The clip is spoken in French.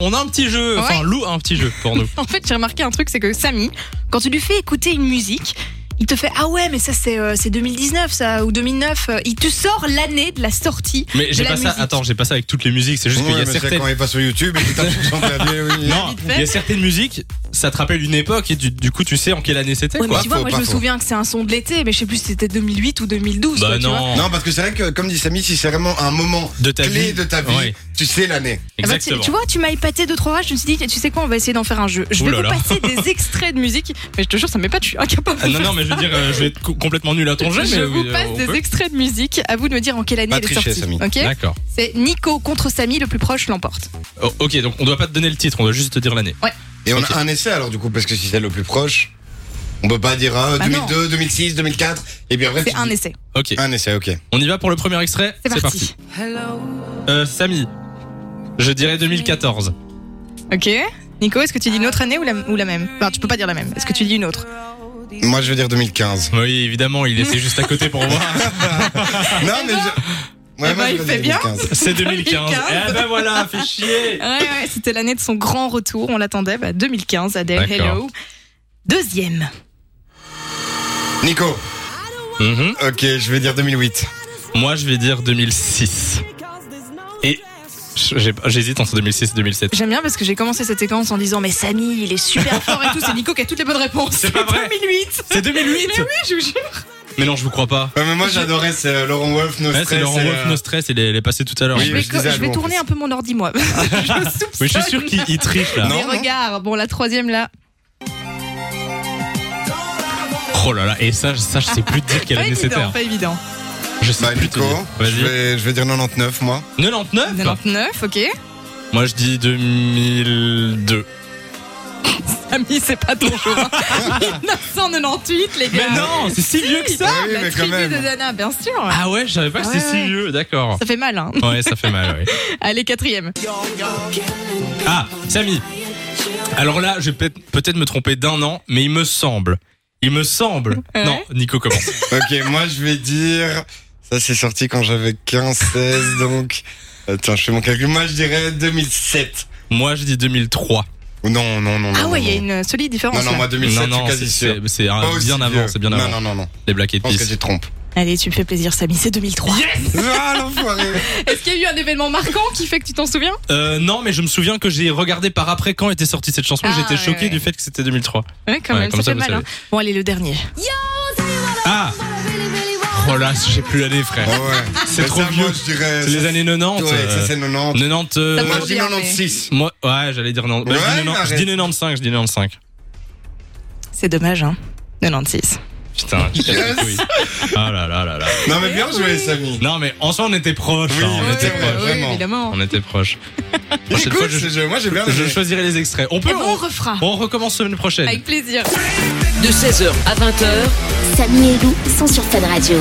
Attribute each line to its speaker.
Speaker 1: On a un petit jeu,
Speaker 2: Ouais.
Speaker 1: enfin Lou a un petit jeu pour nous.
Speaker 2: En fait, j'ai remarqué un truc, c'est que Samy, quand tu lui fais écouter une musique, il te fait ah ouais mais ça c'est euh, c'est 2019 ça ou 2009 euh, il te sort l'année de la sortie
Speaker 1: Mais j'ai
Speaker 2: la
Speaker 1: pas ça.
Speaker 2: musique.
Speaker 1: Attends, j'ai pas ça avec toutes les musiques. C'est juste
Speaker 3: Ouais,
Speaker 1: qu'il y a
Speaker 3: mais c'est
Speaker 1: certaines.
Speaker 3: quand il va sur YouTube et qu'il tape sur son clavier, oui.
Speaker 1: Non,
Speaker 2: Vite fait.
Speaker 1: il y a certaines musiques, ça te rappelle une époque et du, du coup tu sais en quelle année c'était
Speaker 2: Ouais, mais
Speaker 1: quoi.
Speaker 2: tu vois
Speaker 3: Faux,
Speaker 2: moi
Speaker 3: pas
Speaker 2: je me
Speaker 3: faux.
Speaker 2: souviens que c'est un son de l'été mais je sais plus si c'était 2008 ou 2012 quoi,
Speaker 1: Bah
Speaker 2: tu vois. Ah
Speaker 1: non.
Speaker 3: Non, parce que c'est vrai que, comme dit Samy, si c'est vraiment un moment
Speaker 1: De ta
Speaker 3: clé
Speaker 1: vie.
Speaker 3: de ta vie,
Speaker 1: Ouais.
Speaker 3: tu sais l'année.
Speaker 2: Ah bah, tu-
Speaker 1: Exactement.
Speaker 2: tu vois, tu m'as épaté deux trois fois, je me suis dit, tu sais quoi, on va essayer d'en faire un jeu. Je
Speaker 1: Ouh
Speaker 2: vais
Speaker 1: là
Speaker 2: vous
Speaker 1: là.
Speaker 2: passer des extraits de musique, mais je te jure, ça m'épate, je suis incapable.
Speaker 1: Ah, non, non, mais je veux dire, euh, je vais être co- complètement nul à ton jeu, mais
Speaker 2: je vous
Speaker 1: oui, euh,
Speaker 2: passe
Speaker 1: on
Speaker 2: des
Speaker 1: peut.
Speaker 2: extraits de musique, à vous de me dire en quelle année
Speaker 3: Pas
Speaker 2: elle est
Speaker 3: tricher,
Speaker 2: sortie.
Speaker 3: Samy.
Speaker 2: ok
Speaker 1: D'accord.
Speaker 2: C'est Nico contre Samy, le plus proche l'emporte.
Speaker 1: Oh, ok, donc on doit pas te donner le titre, on doit juste te dire l'année.
Speaker 3: Et on
Speaker 1: Ok.
Speaker 3: a un essai alors, du coup, parce que si c'est le plus proche, on peut pas dire ah,
Speaker 2: Bah non.
Speaker 3: 2002, 2006, 2004. Et bien après,
Speaker 2: C'est
Speaker 3: tu
Speaker 2: un
Speaker 3: dis-
Speaker 2: essai.
Speaker 1: Ok.
Speaker 3: un essai, ok.
Speaker 1: On y va pour le premier extrait.
Speaker 2: C'est parti.
Speaker 1: Euh, Samy, je dirais 2014.
Speaker 2: Ok. Nico, est-ce que tu dis une autre année ou la, ou la même Enfin, tu peux pas dire la même. Est-ce que tu dis une autre
Speaker 3: Moi, je veux dire 2015.
Speaker 1: Oui, évidemment, il était juste à côté pour moi.
Speaker 3: non,
Speaker 2: ben,
Speaker 3: mais je...
Speaker 2: eh ben,
Speaker 3: je
Speaker 2: il
Speaker 3: veux
Speaker 2: fait
Speaker 3: dire
Speaker 2: bien.
Speaker 3: 2015.
Speaker 1: C'est 2015.
Speaker 2: 2015.
Speaker 1: Eh ben voilà, fait chier.
Speaker 2: Ouais, ouais, c'était l'année de son grand retour. On l'attendait, bah, 2015, Adèle,
Speaker 1: D'accord.
Speaker 2: hello. Deuxième.
Speaker 3: Nico,
Speaker 1: Mhm.
Speaker 3: ok, je vais dire 2008.
Speaker 1: Moi, je vais dire 2006. Et j'ai- j'hésite entre 2006 et 2007.
Speaker 2: J'aime bien parce que j'ai commencé cette séquence en disant Mais Samy, il est super fort et tout. C'est Nico qui a toutes les bonnes réponses.
Speaker 1: C'est pas vrai.
Speaker 2: 2008.
Speaker 1: C'est 2008
Speaker 2: Mais oui, je vous jure.
Speaker 1: Mais non, je vous crois pas.
Speaker 3: Ouais, mais moi, j'adorais, c'est euh, Laurent Wolf, No
Speaker 1: Ouais, c'est
Speaker 3: Stress,
Speaker 1: Laurent
Speaker 3: et,
Speaker 1: Wolf,
Speaker 3: euh,
Speaker 1: No Stress, il est, il est passé tout à l'heure.
Speaker 3: Oui,
Speaker 2: je
Speaker 3: mais
Speaker 2: vais,
Speaker 3: je
Speaker 2: co-
Speaker 3: disais à
Speaker 2: je vais
Speaker 3: Lou, en
Speaker 2: tourner
Speaker 3: plus.
Speaker 2: un peu mon ordi, moi. je soupçonne.
Speaker 1: Mais je suis sûr qu'il il triche là.
Speaker 3: Non,
Speaker 2: Les
Speaker 3: non.
Speaker 2: regards. Bon, la troisième là.
Speaker 1: Oh là là, et ça, ça je sais plus te dire quelle
Speaker 2: Pas
Speaker 1: année c'était.
Speaker 2: évident,
Speaker 1: hein.
Speaker 2: pas évident.
Speaker 1: Je sais
Speaker 3: Bah,
Speaker 1: plus te
Speaker 3: Nico,
Speaker 1: dire.
Speaker 3: je
Speaker 1: Vas-y.
Speaker 3: vais, je vais dire 99, moi.
Speaker 1: 99
Speaker 2: 99, ok.
Speaker 1: Moi je dis 2002.
Speaker 2: Samy, c'est pas ton jour. hein. 1998, les gars.
Speaker 1: Mais non, c'est si vieux que ça
Speaker 3: Ah oui,
Speaker 2: La
Speaker 3: mais quand
Speaker 2: tribu
Speaker 3: même.
Speaker 2: de Dana, bien sûr.
Speaker 1: Ah ouais, je savais pas que
Speaker 2: Ah
Speaker 1: c'était
Speaker 2: ouais,
Speaker 1: si
Speaker 2: ouais.
Speaker 1: vieux, d'accord.
Speaker 2: Ça fait mal, hein.
Speaker 1: Ouais, ça fait mal, ouais.
Speaker 2: Allez, quatrième.
Speaker 1: Ah, Samy. Alors là, je vais peut-être peut-être me tromper d'un an, mais il me semble. Il me semble.
Speaker 2: Ouais.
Speaker 1: Non, Nico commence.
Speaker 3: Ok, moi je vais dire. Ça c'est sorti quand j'avais 15, 16, donc. Attends, je fais mon calcul. Moi je dirais 2007.
Speaker 1: Moi, je dis 2003.
Speaker 3: Ou Non, non, non. non,
Speaker 2: Ah ouais,
Speaker 3: non,
Speaker 2: il y a
Speaker 3: non.
Speaker 2: une solide différence.
Speaker 3: Non, non,
Speaker 2: là.
Speaker 3: moi
Speaker 1: non,
Speaker 3: 2007,
Speaker 1: non,
Speaker 3: je suis
Speaker 1: c'est
Speaker 3: quasi sûr.
Speaker 1: c'est- c'est un-
Speaker 3: Pas aussi
Speaker 1: bien avant,
Speaker 3: vieux.
Speaker 1: c'est bien avant.
Speaker 3: Non, non, non, non.
Speaker 1: Les Black Eyed
Speaker 3: Je pense que
Speaker 1: Peas.
Speaker 3: tu te trompes.
Speaker 2: Allez, tu me fais plaisir, Samy, c'est 2003.
Speaker 3: ah, l'enfoiré
Speaker 2: Est-ce qu'il y a eu un événement marquant qui fait que tu t'en souviens
Speaker 1: Euh, non, mais je me souviens que j'ai regardé par après quand était sortie cette chanson.
Speaker 2: Ah,
Speaker 1: J'étais
Speaker 2: ouais,
Speaker 1: choqué
Speaker 2: ouais.
Speaker 1: du fait que c'était 2003.
Speaker 2: Ouais, quand
Speaker 1: Ouais,
Speaker 2: même,
Speaker 1: comme
Speaker 2: ça,
Speaker 1: ça,
Speaker 2: fait
Speaker 1: vous
Speaker 2: mal.
Speaker 1: savez.
Speaker 2: Hein. Bon, allez, le dernier.
Speaker 1: Ah Oh là, j'ai plus l'année, frère.
Speaker 3: Ah ouais.
Speaker 1: C'est
Speaker 3: Mais
Speaker 1: trop
Speaker 3: ça,
Speaker 1: vieux.
Speaker 3: Moi je dirais.
Speaker 1: C'est les années 90.
Speaker 3: Ouais,
Speaker 1: euh,
Speaker 3: ça c'est 90.
Speaker 1: 90. euh,
Speaker 2: Ça
Speaker 3: Moi
Speaker 2: marche
Speaker 3: je dis
Speaker 2: bien, mais-
Speaker 3: 96.
Speaker 1: moi, ouais, j'allais dire 90. Bah, je dis 90, je dis
Speaker 3: Ouais, arrête.
Speaker 1: 95, je dis 95.
Speaker 2: C'est dommage, hein.
Speaker 3: Ah,
Speaker 2: 96.
Speaker 1: Putain, je
Speaker 3: Yes.
Speaker 1: casse les couilles. Ah là là là là.
Speaker 3: Non, mais bien joué, Samy.
Speaker 1: Non, mais en soi, on était proches.
Speaker 3: Oui,
Speaker 1: hein, on
Speaker 3: oui,
Speaker 1: était
Speaker 3: oui,
Speaker 1: proches.
Speaker 3: oui. vraiment.
Speaker 2: évidemment.
Speaker 1: On était proches.
Speaker 3: Il est
Speaker 1: Prochaine fois,
Speaker 3: cool
Speaker 1: je-
Speaker 3: ce jeu. Moi j'ai bien
Speaker 1: Je
Speaker 3: aimé.
Speaker 1: choisirai les extraits. On peut.
Speaker 2: Et bon, on
Speaker 1: on,
Speaker 2: refera.
Speaker 1: on recommence semaine prochaine.
Speaker 2: Avec plaisir.
Speaker 4: De 16h à 20h,
Speaker 5: Samy et Lou sont sur Fun Radio.